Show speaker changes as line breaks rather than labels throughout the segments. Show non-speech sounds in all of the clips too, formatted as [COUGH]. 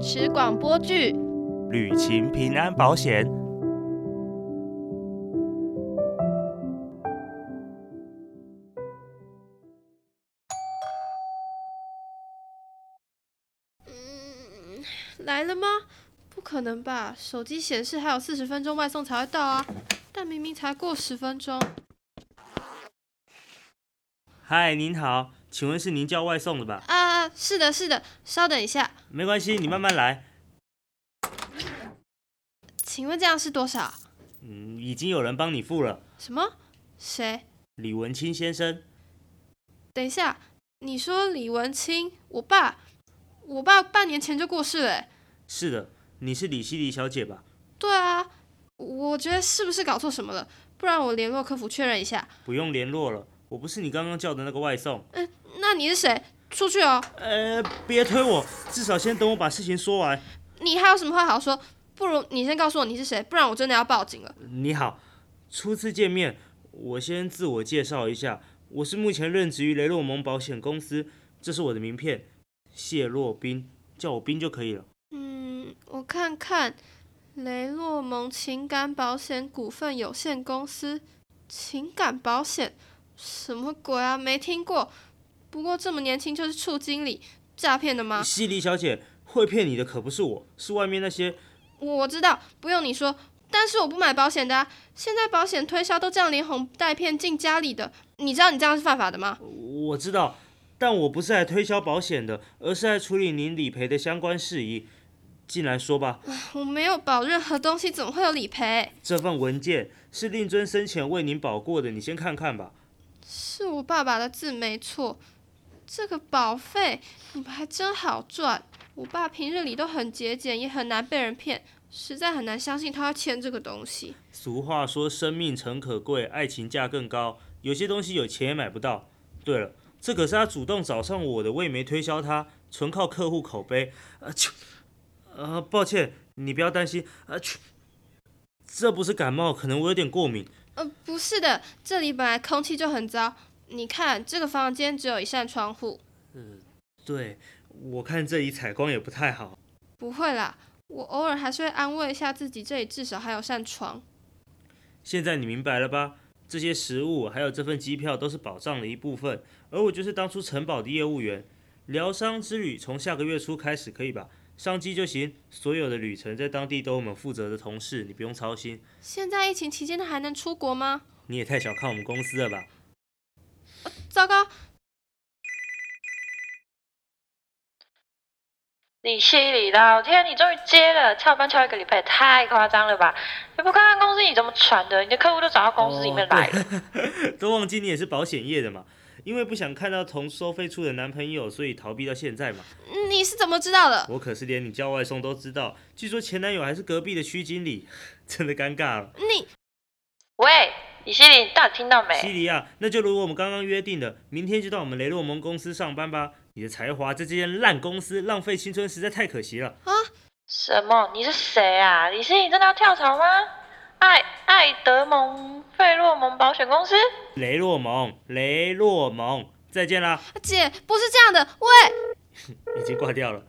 持广播剧。
旅行平安保险。
嗯，来了吗？不可能吧，手机显示还有四十分钟外送才会到啊，但明明才过十分钟。
嗨，您好，请问是您叫外送的吧？
啊，是的，是的，稍等一下，
没关系，你慢慢来。
请问这样是多少？
嗯，已经有人帮你付了，
什么？谁？
李文清先生。
等一下，你说李文清，我爸，我爸半年前就过世了欸。
是的，你是李希黎小姐吧？
对啊，我觉得是不是搞错什么了？不然我联络客服确认一下。
不用联络了，我不是你刚刚叫的那个外送。
那你是谁？出去哦！
呃，别推我，至少先等我把事情说完。
你还有什么话好说？不如你先告诉我你是谁，不然我真的要报警了。
你好，初次见面，我先自我介绍一下，我是目前任职于雷洛蒙保险公司，这是我的名片，谢洛宾，叫我宾就可以了。
嗯，我看看，雷洛蒙情感保险股份有限公司，情感保险，什么鬼啊？没听过。不过这么年轻就是处经理，诈骗的吗？
西黎小姐会骗你的可不是我，是外面那些
我知道，不用你说，但是我不买保险的、啊。现在保险推销都这样连哄带骗进家里的，你知道你这样是犯法的吗？
我知道，但我不是来推销保险的，而是来处理您理赔的相关事宜。进来说吧，
我没有保任何东西，怎么会有理赔？
这份文件是令尊生前为您保过的，你先看看吧。
是我爸爸的字没错。这个保费你们还真好赚。我爸平日里都很节俭，也很难被人骗，实在很难相信他要签这个东西。
俗话说，生命诚可贵，爱情价更高。有些东西有钱也买不到。对了，这可是他主动找上我的，我也没推销他，纯靠客户口碑。啊去，呃，抱歉，你不要担心。啊去，这不是感冒，可能我有点过敏。
呃，不是的，这里本来空气就很糟。你看，这个房间只有一扇窗户。
对，我看这里采光也不太好。
不会啦，我偶尔还是会安慰一下自己，这里至少还有扇窗。
现在你明白了吧？这些食物还有这份机票都是保障的一部分，而我就是当初城堡的业务员。疗伤之旅从下个月初开始，可以吧？上机就行，所有的旅程在当地都有我们负责的同事，你不用操心。
现在疫情期间，他还能出国吗？
你也太小看我们公司了吧？ [LAUGHS]
糟糕，
李希礼的，我天，你终于接了，翘班翘一个礼拜，太夸张了吧？你不看看公司里怎么传的？你的客户都找到公司里面来了。
都忘记你也是保险业的嘛？因为不想看到同收费处的男朋友，所以逃避到现在嘛。
你是怎么知道的？
我可是连你叫外送都知道，据说前男友还是隔壁的区经理， [LAUGHS] 真的尴尬了。
你
喂，李希礼，你到底听到
西
没？
里亚，那就如我们刚刚约定的，明天就到我们雷洛蒙公司上班吧。你的才华在这间烂公司浪费青春，实在太可惜了。
什么？你是谁啊？李希礼真的要跳槽吗？艾艾德蒙费洛蒙保险公司？
雷洛蒙，雷洛蒙，再见啦！
姐不是这样的，喂。
已经挂掉了。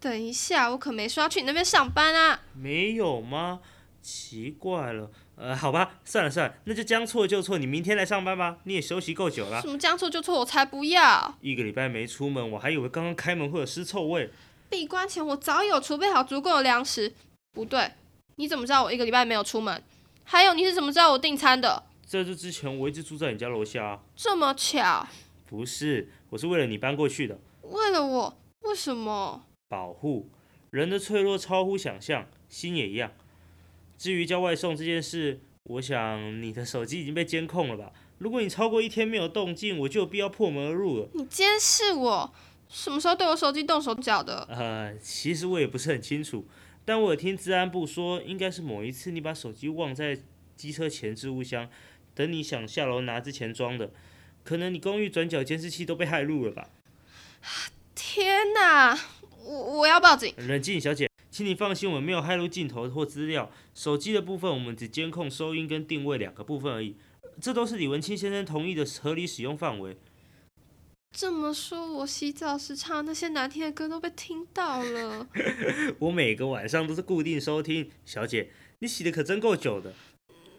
等一下，我可没说要去你那边上班啊！
没有吗？奇怪了。呃，好吧，算了算了，那就将错就错。你明天来上班吧，你也休息够久了
什。么将错就错，我才不要！
一个礼拜没出门，我还以为刚刚开门会有尸臭味。
闭关前我早有储备好足够的粮食。不对，你怎么知道我一个礼拜没有出门？还有，你是怎么知道我订餐的？
在这之前，我一直住在你家楼下啊。
这么巧，
不是，我是为了你搬过去的。
为了我，为什么？
保护。人的脆弱超乎想象，心也一样。至于叫外送这件事，我想你的手机已经被监控了吧？如果你超过一天没有动静，我就有必要破门而入了。
你监视我，什么时候对我手机动手脚的？
呃，其实我也不是很清楚，但我有听治安部说，应该是某一次你把手机忘在机车前置物箱，等你想下楼拿之前装的。可能你公寓转角监视器都被骇入了吧？
天哪，我我要报警！
冷静，小姐，请你放心，我们没有骇入镜头或资料。手机的部分，我们只监控收音跟定位两个部分而已，这都是李文清先生同意的合理使用范围。
这么说，我洗澡时唱的那些难听的歌都被听到了。
我每个晚上都是固定收听。小姐，你洗的可真够久的。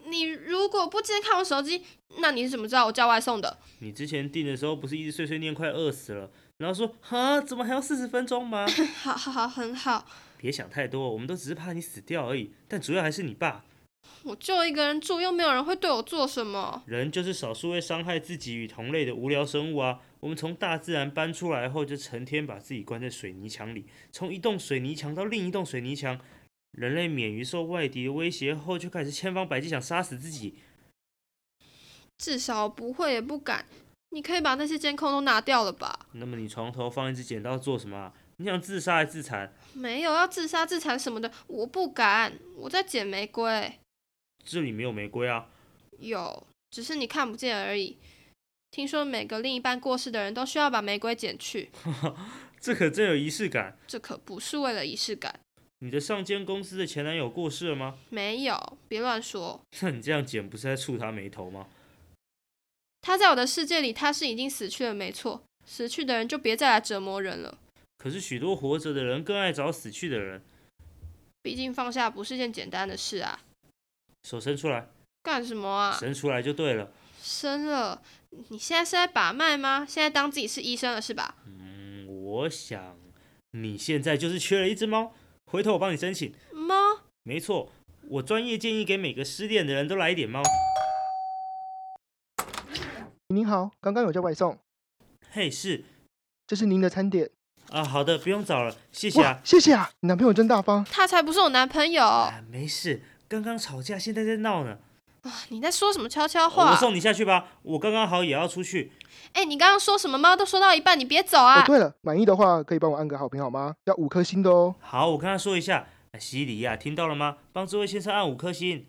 你如果不今天看我手机，那你是怎么知道我叫外送的？
你之前订的时候不是一直碎碎念快饿死了，然后说哈怎么还要四十分钟吗？
好好好，很好，
别想太多，我们都只是怕你死掉而已。但主要还是你爸，
我就一个人住，又没有人会对我做什么。
人就是少数会伤害自己与同类的无聊生物啊。我们从大自然搬出来后，就成天把自己关在水泥墙里，从一栋水泥墙到另一栋水泥墙。人类免于受外敌的威胁后，就开始千方百计想杀死自己。
至少我不会也不敢。你可以把那些监控都拿掉了吧？
那么你床头放一只剪刀做什么啊？你想自杀还是自残？
没有要自杀、自残什么的，我不敢。我在捡玫瑰，
这里没有玫瑰啊。
有，只是你看不见而已。听说每个另一半过世的人都需要把玫瑰捡去，
这可真有仪式感。
这可不是为了仪式感。
你的上间公司的前男友过世了吗？
没有，别乱说。
那你这样剪不是在触他眉头吗？
他在我的世界里，他是已经死去了，没错。死去的人就别再来折磨人了，
可是许多活着的人更爱找死去的人。
毕竟放下不是件简单的事啊。
手伸出来，
干什么啊？
伸出来就对了。
生了，你现在是在把脉吗？现在当自己是医生了是吧？
嗯，我想你现在就是缺了一只猫，回头我帮你申请。
猫，
没错，我专业建议给每个失恋的人都来一点猫。
您好，刚刚有叫外送，
嘿，是
这是您的餐点。
啊，好的，不用找了，谢谢
哇
啊，。
谢谢啊，你男朋友真大方。
他才不是我男朋友。
啊，没事，刚刚吵架，现在在闹呢。
你在说什么悄悄
哦我
话？
送你下去吧，我刚刚好也要出去。
哎、你刚刚说什么猫都说到一半，你别走
哦
啊，！
对了，满意的话可以帮我按个好评好吗？要五颗星的哦。
哎好，我跟他说一下。啊西里亚，听到了吗？帮这位先生按五颗星。